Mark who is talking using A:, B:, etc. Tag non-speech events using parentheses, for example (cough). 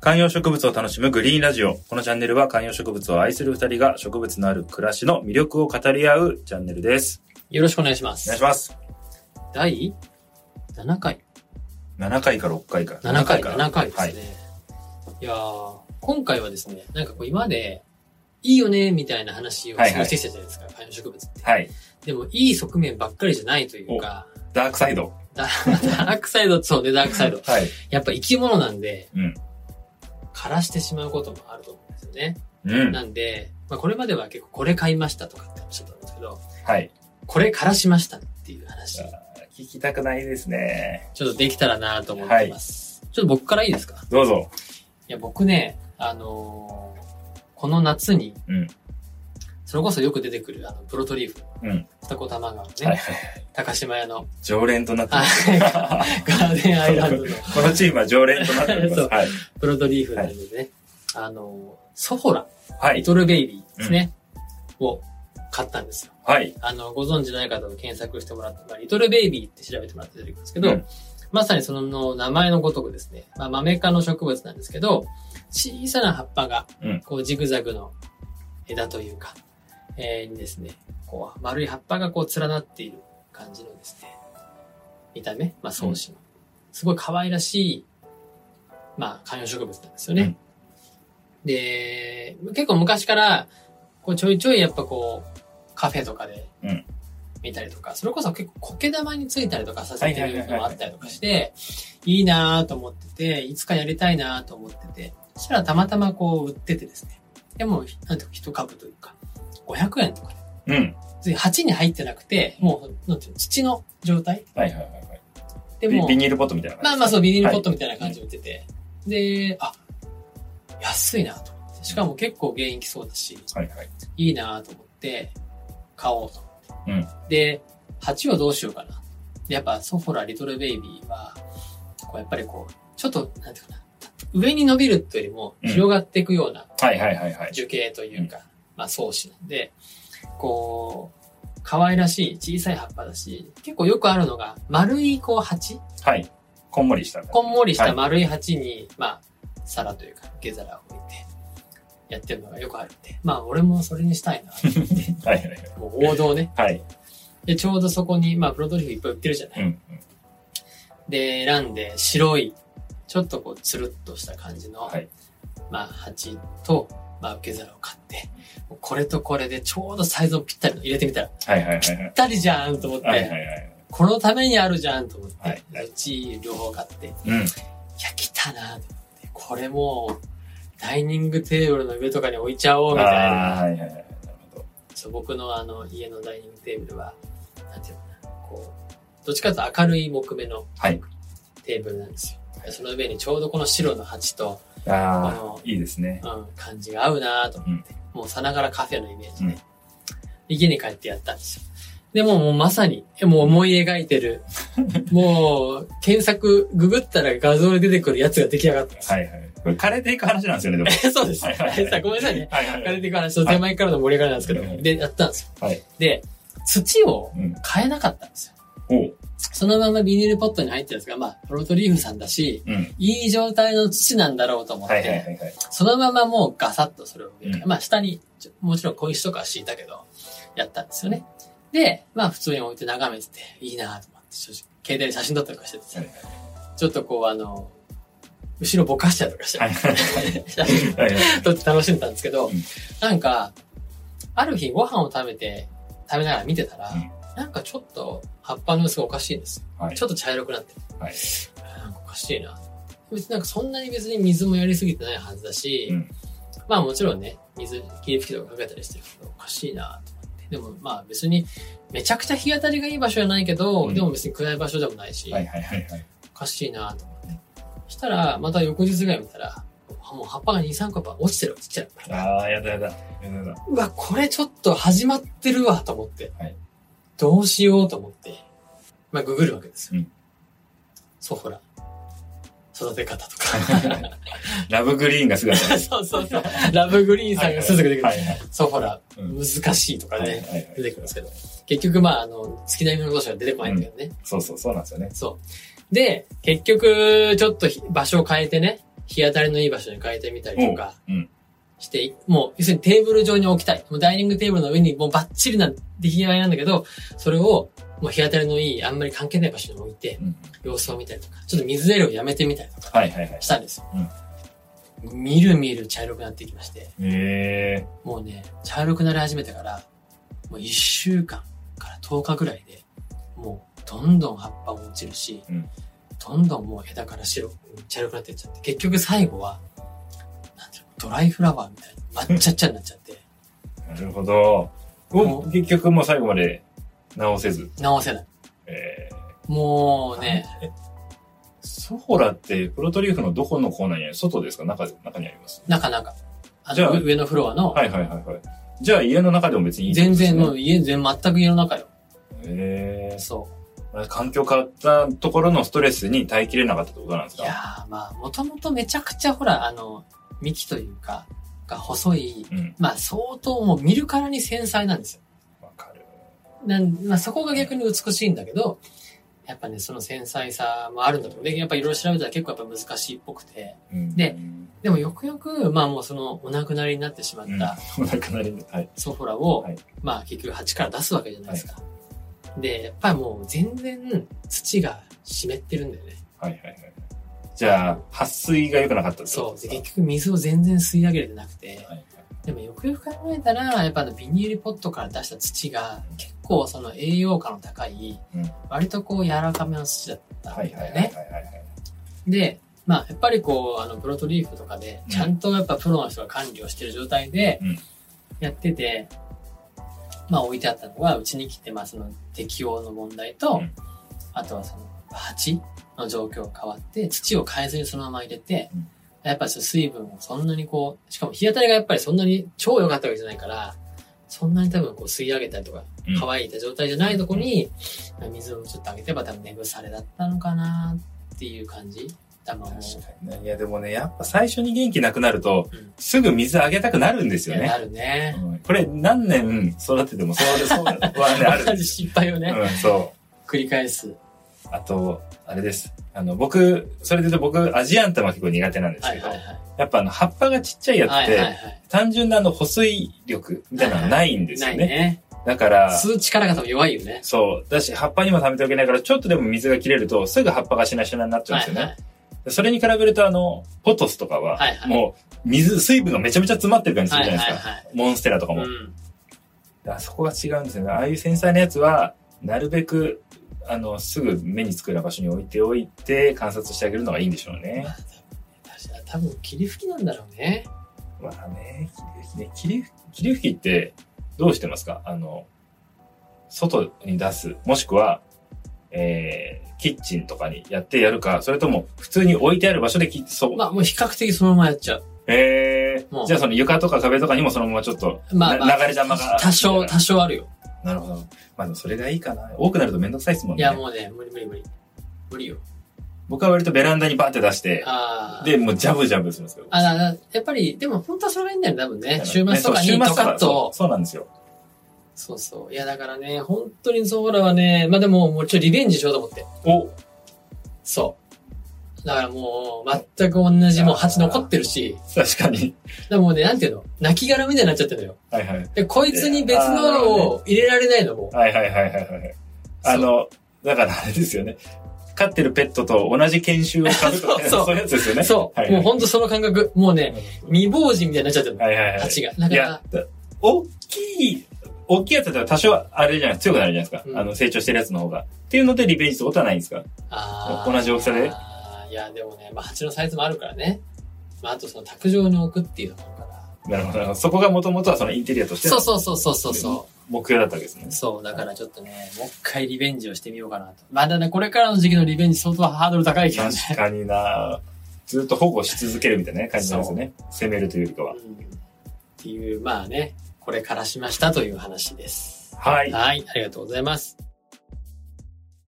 A: 観葉植物を楽しむグリーンラジオ。このチャンネルは観葉植物を愛する二人が植物のある暮らしの魅力を語り合うチャンネルです。
B: よろしくお願いします。
A: お願いします。
B: 第7回
A: 7回か6回か。
B: ?7 回か、
A: ら
B: 7回ですね。い、やー今回はですね、なんかこう今まで、いいよね、みたいな話を
A: はいはい
B: すごいしてきたじゃないですか、観葉植物って。
A: はい。はい。
B: でも、いい側面ばっかりじゃないというか、
A: ダークサイド。
B: (laughs) ダダークサイド、そうね、ダークサイド。
A: はい。
B: やっぱ生き物なんで、
A: うん
B: 枯らしてしまうこともあると思うんですよね。
A: うん。
B: なんで、まあこれまでは結構これ買いましたとかって話だったんですけど、
A: はい。
B: これ枯らしましたっていう話、
A: あ聞きたくないですね。
B: ちょっとできたらなと思ってます。ちょっと僕からいいですか
A: どうぞ。
B: いや、僕ね、あのーこの夏に、
A: うん
B: それこそよく出てくる、あの、プロトリーフ。
A: うん
B: 二子玉川のね、
A: はいはい。
B: 高島屋の、
A: 常連となって
B: あ
A: ます。
B: ガーデンアイランドの
A: このチームは常連となっておりま
B: そ
A: す。
B: う
A: はい。
B: プロトリーフなんでね、あのーソフォラ、
A: は
B: リ
A: い。
B: トルベイビーですね、を買ったんですよ。
A: はい。
B: あの、ご存知ない方も検索してもらって、まあ、リトルベイビーって調べてもらって出てくるんですけど、
A: うん
B: まさにその名前のごとくですね、まあ、マメ科の植物なんですけど、小さな葉っぱが
A: うん、
B: こう、ジグザグの枝というか、えーにですね、こう、丸い葉っぱがこう、連なっている感じのですね、見た目、まあ、草子の、すごい可愛らしい、まあ、観葉植物なんですよね。で、結構昔から、こう、ちょいちょいやっぱこう、カフェとかで
A: うん、
B: 見たりとか、それこそ結構苔玉についたりとかさせて
A: はいはいは
B: る
A: いはい
B: のもあったりとかして、いいなぁと思ってて、いつかやりたいなぁと思ってて、そしたらたまたまこう売っててですね。でも、なんていうか一株というか、500円とかね。
A: うん。
B: で鉢に入ってなくて、もう、なんていうの、土の状態
A: はいはいはいはい。
B: で
A: ビ
B: も、
A: ビニールポットみたいな感じ。
B: まあまあそう、ビニールポットみたいな感じで売ってて。で、あ、安いなと思って。しかも結構現役そうだし、
A: はいはい。
B: いいなと思って、買おうと思って。
A: う
B: で、鉢をどうしようかな。でやっぱソフォラリトルベイビーは、こうやっぱりこう、ちょっと、なんていうかな、上に伸びるというよりも
A: うん
B: 広がっていくような
A: はいはいはいはい。
B: 樹形というか、まあ草子なんで、こう、可愛らしい小さい葉っぱだし、結構よくあるのが、丸いこう鉢
A: はい。こんもりした。
B: こんもりし
A: は
B: た
A: い
B: 丸い鉢に、まあ、皿というか、受け皿を置いて、やってるのがよくあるんで、まあ、俺もそれにし
A: (laughs)
B: たいな。
A: はいはいはい。
B: もう王道ね。
A: はい。
B: で、ちょうどそこに、まあ、プロトリーフいっぱい売ってるじゃない。
A: うん。
B: で、選んで、白い、ちょっとこう、つるっとした感じの、
A: はい
B: まあ、鉢と、まあ、受け皿を買って、もうこれとこれでちょうどサイズをぴったりの入れてみたら、ぴ
A: はいはいはいはい
B: っ。たりじゃんと思って、
A: はいはいはい。
B: このためにあるじゃんと思って、
A: はいはいう
B: ち両方買って、
A: うん。
B: いや、来たなと思って、これもう、ダイニングテーブルの上とかに置いちゃおうみたい
A: ああ、
B: な。
A: はいはいはい。なるほど。
B: そう僕のあの、家のダイニングテーブルは、なんていうのかな、こう、どっちかというと明るい木目の
A: はい。
B: テーブルなんですよ。でその上にちょうどこの白の鉢と、あ
A: ああ
B: の、
A: いいですね。
B: うん、感じが合うなと思って、もうさながらカフェのイメージで、
A: うん
B: 家に帰ってやったんですよ。でももうまさに、えもう思い描い
A: (laughs)
B: てる、もう検索、ググったら画像で出てく (laughs) るやつが出来上がったんですよ
A: はいはい。これ枯れていく話なんですよね、でも。
B: そうです。
A: はいはいはい
B: さあごめんなさいね。
A: はいはい
B: 枯
A: は
B: れ
A: い。
B: ていく話の手前からの盛り上がりなんですけど、
A: はい
B: で、やったんですよ。
A: はい
B: で、土を
A: うん。
B: 変えなかったんですよ。
A: おう。
B: そのままビニールポットに入ってるんですが、まあ、プロトリーフさんだし、
A: うん。
B: いい状態の土なんだろうと思って、
A: はいはいはいはい。
B: そのままもうガサッとそれを植えて、
A: うん
B: まあ、下にちょ、もちろん小石とかは敷いたけど、やったんですよね。で、まあ、普通に置いて眺めてて、いいなと思って、正直、携帯で写真撮ったりとかしててさ、
A: はい
B: ちょっとこう、あの、後ろぼかしたりとかして、
A: はいはい
B: 写真
A: はいはい。
B: 撮って楽しんでたんですけど、
A: うん
B: なんか、ある日ご飯を食べて、食べながら見てたら、
A: うん
B: なんかちょっと葉っぱの様子がおかしいんですよ。
A: はい
B: ちょっと茶色くなってる。
A: はい
B: なんかおかしいな。別になんかそんなに別に水もやりすぎてないはずだし、
A: うん
B: まあもちろんね、水、霧吹きとかかけたりしてるけど、おかしいなと思って。でもまあ別に、めちゃくちゃ日当たりがいい場所じゃないけど、
A: うん
B: でも別に暗い場所でもないし、
A: はいはいはいはい。
B: おかしいなと思って。したら、また翌日ぐらい見たら、もう葉っぱが2、3個やっぱ落ちてる、落ちてる。
A: ああ、やだやだ。やだやだ。
B: うわ、これちょっと始まってるわと思って。
A: はい
B: どうしようと思って。まあ、ググるわけですよ。
A: うん
B: そう、ほら。育て方とか。
A: (laughs) ラブグリーンが姿です。
B: そうそうそう。ラブグリーンさんがすぐ出てくる。
A: はいはい
B: そう、ほら、
A: うん
B: 難しいとか
A: はい
B: ね。
A: はい
B: 出
A: はい
B: てくるんですけど。結局、まあ、あの、好きな意味のことしか出てこないんだけどね。
A: そうそうそうなんですよね。
B: そう。で、結局、ちょっとひ場所を変えてね、日当たりのいい場所に変えてみたりとか
A: うん
B: して、もう、要するにテーブル上に置きたい。もうダイニングテーブルの上にもうバッチリな出来合いなんだけど、それを、もう日当たりのいい、あんまり関係ない場所に置いて、
A: うん
B: 様子を見たりとか、ちょっと水やりをやめてみたりとか
A: はいはいはい。
B: したんですよ。みるみる茶色くなってきまして、
A: え
B: もうね、茶色くなり始めてから、もう1週間から10日ぐらいで、もうどんどん葉っぱも落ちるし、
A: うん
B: どんどんもう枝から白、茶色くなっていっちゃって、結局最後は、なんていうの、ドライフラワーみたいな、抹茶茶になっちゃって、
A: ー、なるほど。お結局もう最後まで直せず。
B: 直せない。
A: え
B: も
A: ー、
B: うね、。
A: ソフォラってプロトリーフのどこのコーナーにある外ですか中で中にあります。
B: なかなか、あ
A: じゃあ
B: の、上のフロアの、
A: はいはいはいはい。じゃあ家の中でも別にいいってこと
B: 全
A: です
B: 然、
A: ね
B: もう家全全く家の中よ。
A: え
B: そう。
A: ー、まあ環境変わったところのストレスに耐えきれなかったってことなんです
B: いや
A: か
B: ー、まあ、もともとめちゃくちゃ、ほら、あの、幹というか、が細い、
A: うん。
B: まあ、相当もう見るからに繊細なんですよ。
A: わかる。
B: なんまあ、そこが逆に美しいんだけど、やっぱね、その繊細さもあるんだと思う。で、やっぱいろいろ調べたら結構やっぱ難しいっぽくて。
A: うん
B: で、でもよくよく、まあもうそのお亡くなりになってしまっ
A: うん、
B: た
A: お亡くなりに。はい。
B: ソフォラを、
A: はい
B: まあ結局鉢から出すわけじゃないですか。で、やっぱりもう全然土が湿ってるんだよね。
A: はいはいはい。じゃあ、撥水が良くなかったってこと
B: そう。
A: です
B: で、
A: か
B: 結局水を全然吸い上げれてなくて。
A: はい
B: でもよくよく考えたら、やっぱあのビニールポットから出した土が結構その栄養価の高い、
A: うん
B: 割とこう柔らかめの土だったんだ
A: はい
B: よね。
A: はいはいはいはいはい。
B: で、まあやっぱりこう、あのプロトリーフとかで、
A: うん
B: ちゃんとやっぱプロの人が管理をしてる状態で
A: うん
B: やってて、まあ置いてあったのは、うちに来てまあその適応の問題
A: う
B: と、
A: ん
B: あとはその鉢の状況が変わって、土を変えずにそのまま入れて、
A: うん
B: やっぱり水分をそんなにこう、しかも日当たりがやっぱりそんなに超良かったわけじゃないから、そんなに多分こう吸い上げたりとか
A: うん、
B: 乾いた状態じゃないとこに、まあ水をちょっとあげてば多分根腐れだったのかなっていう感じ。多分もう
A: 確かにね。いや、でもね、やっぱ最初に元気なくなると、
B: うん
A: すぐ水あげたくなるんですよ
B: いやな
A: ね。
B: るね。
A: うんこれ何年育ててもそうでそうだ
B: (laughs)
A: はね、あるん
B: 同
A: で
B: じ
A: す
B: 失敗を
A: よ。
B: ね、
A: うん、そ
B: 繰り返す。
A: う。あと、あれです。あの、僕、それで言うと僕、アジアンタマ結構苦手なんです
B: は
A: け
B: い
A: ど、
B: はいはい。
A: やっぱあの、葉っぱがちっちゃいやつっ
B: はい
A: て、
B: はいはい。
A: 単純なあの、保水力みたいなのがないんです
B: な
A: よ
B: い
A: ね。
B: ね。
A: だから、
B: 吸う力が多分弱いよね。
A: そう。だし、葉っぱにも溜めておけないから、ちょっとでも水が切れると、すぐ葉っぱがしなしなになっちゃうん
B: は
A: です
B: い
A: よね。
B: はい。
A: それに比べると、あの、ポトスとかは
B: はい、はい
A: もう、水、水分がめちゃめちゃ詰まってる感じす
B: は
A: る
B: い
A: じゃ
B: はい
A: ないですか。
B: はい。
A: モンステラとか
B: う
A: も。
B: ん。
A: あそこが違うんですよね。ああいう繊細なやつは、なるべく、あの、すぐ目につくような場所に置いておいて、観察してあげるのがいいんでしょうね
B: (laughs) ま。あ多分多分霧吹きなんだろうね。
A: まあね、霧吹きね。霧吹き、霧吹きって、どうしてますかあの、外に出す、もしくは、えー、キッチンとかにやってやるか、それとも、普通に置いてある場所で切そう。
B: まあもう比較的そのままやっちゃう。
A: え
B: も
A: ー、
B: う
A: じゃあその床とか壁とかにもそのままちょっと、
B: まあまあ
A: な流れ邪魔が。
B: 多少、多少あるよ。
A: なるほど。まあでもそれがいいかな。多くなるとめんどくさいですもん
B: い
A: ね。
B: やもうね、無理無理無理。無理よ。
A: 僕は割とベランダにバーって出して、
B: ああ。
A: で、もうジャブジャブするんですけど。
B: あ、だだやっぱり、でも本当はそれがいいんだよね、多分
A: だ
B: ね
A: か。ら
B: 週末とか
A: ね
B: に
A: そう週
B: ド
A: 末と
B: カ
A: か
B: ッ
A: そ
B: と
A: う。そうなんですよ。
B: そうそう。いや、だからね、本当にそうらはね、まあでも、もうちょっとリベンジしようと思って。
A: お
B: そう。だからもう、全く同じ、もう蜂残ってるし、
A: 確かに。
B: だからもうね、なんていうの、亡きみたいになっちゃってるのよ。
A: はいはい。
B: で、こいつに別のを入れられないのも。
A: はいはいはいはいはい。
B: そう
A: あの、だからあれですよね。飼ってるペットと同じ研修をかぶとか
B: (laughs) そうそう
A: そういうやつですよね。
B: そう。
A: はいはい
B: もう本当その感覚。もうね、未亡人みたいになっちゃってるの。
A: はいはいはい。
B: 蜂が。だ
A: い
B: から
A: や、、だ大きい、大きいやつだったら多少あれじゃない、強くなるじゃないですか。
B: うん
A: あの、成長してるやつの方が。っていうのでリベンジってことはないんですか
B: あー
A: 同じ大きさで
B: あーいや、でもね、まあ蜂のサイズもあるからね。まああとその卓上に置くっていうのもあるか
A: な
B: ら。
A: るほどなるほど。そこがもともとはそのインテリアとして
B: そう
A: の
B: そうそうそうそうそう。
A: 目標だったわけですね。
B: そう、だからちょっとね、もう一回リベンジをしてみようかなと。まだね、これからの時期のリベンジ相当ハードル高いけどね。
A: 確かになずっと保護し続けるみたいなね感じなんですよね。攻めるというよりかは。
B: うんっていう、まあね、これからしましたという話です。
A: はい。
B: はい、ありがとうございます。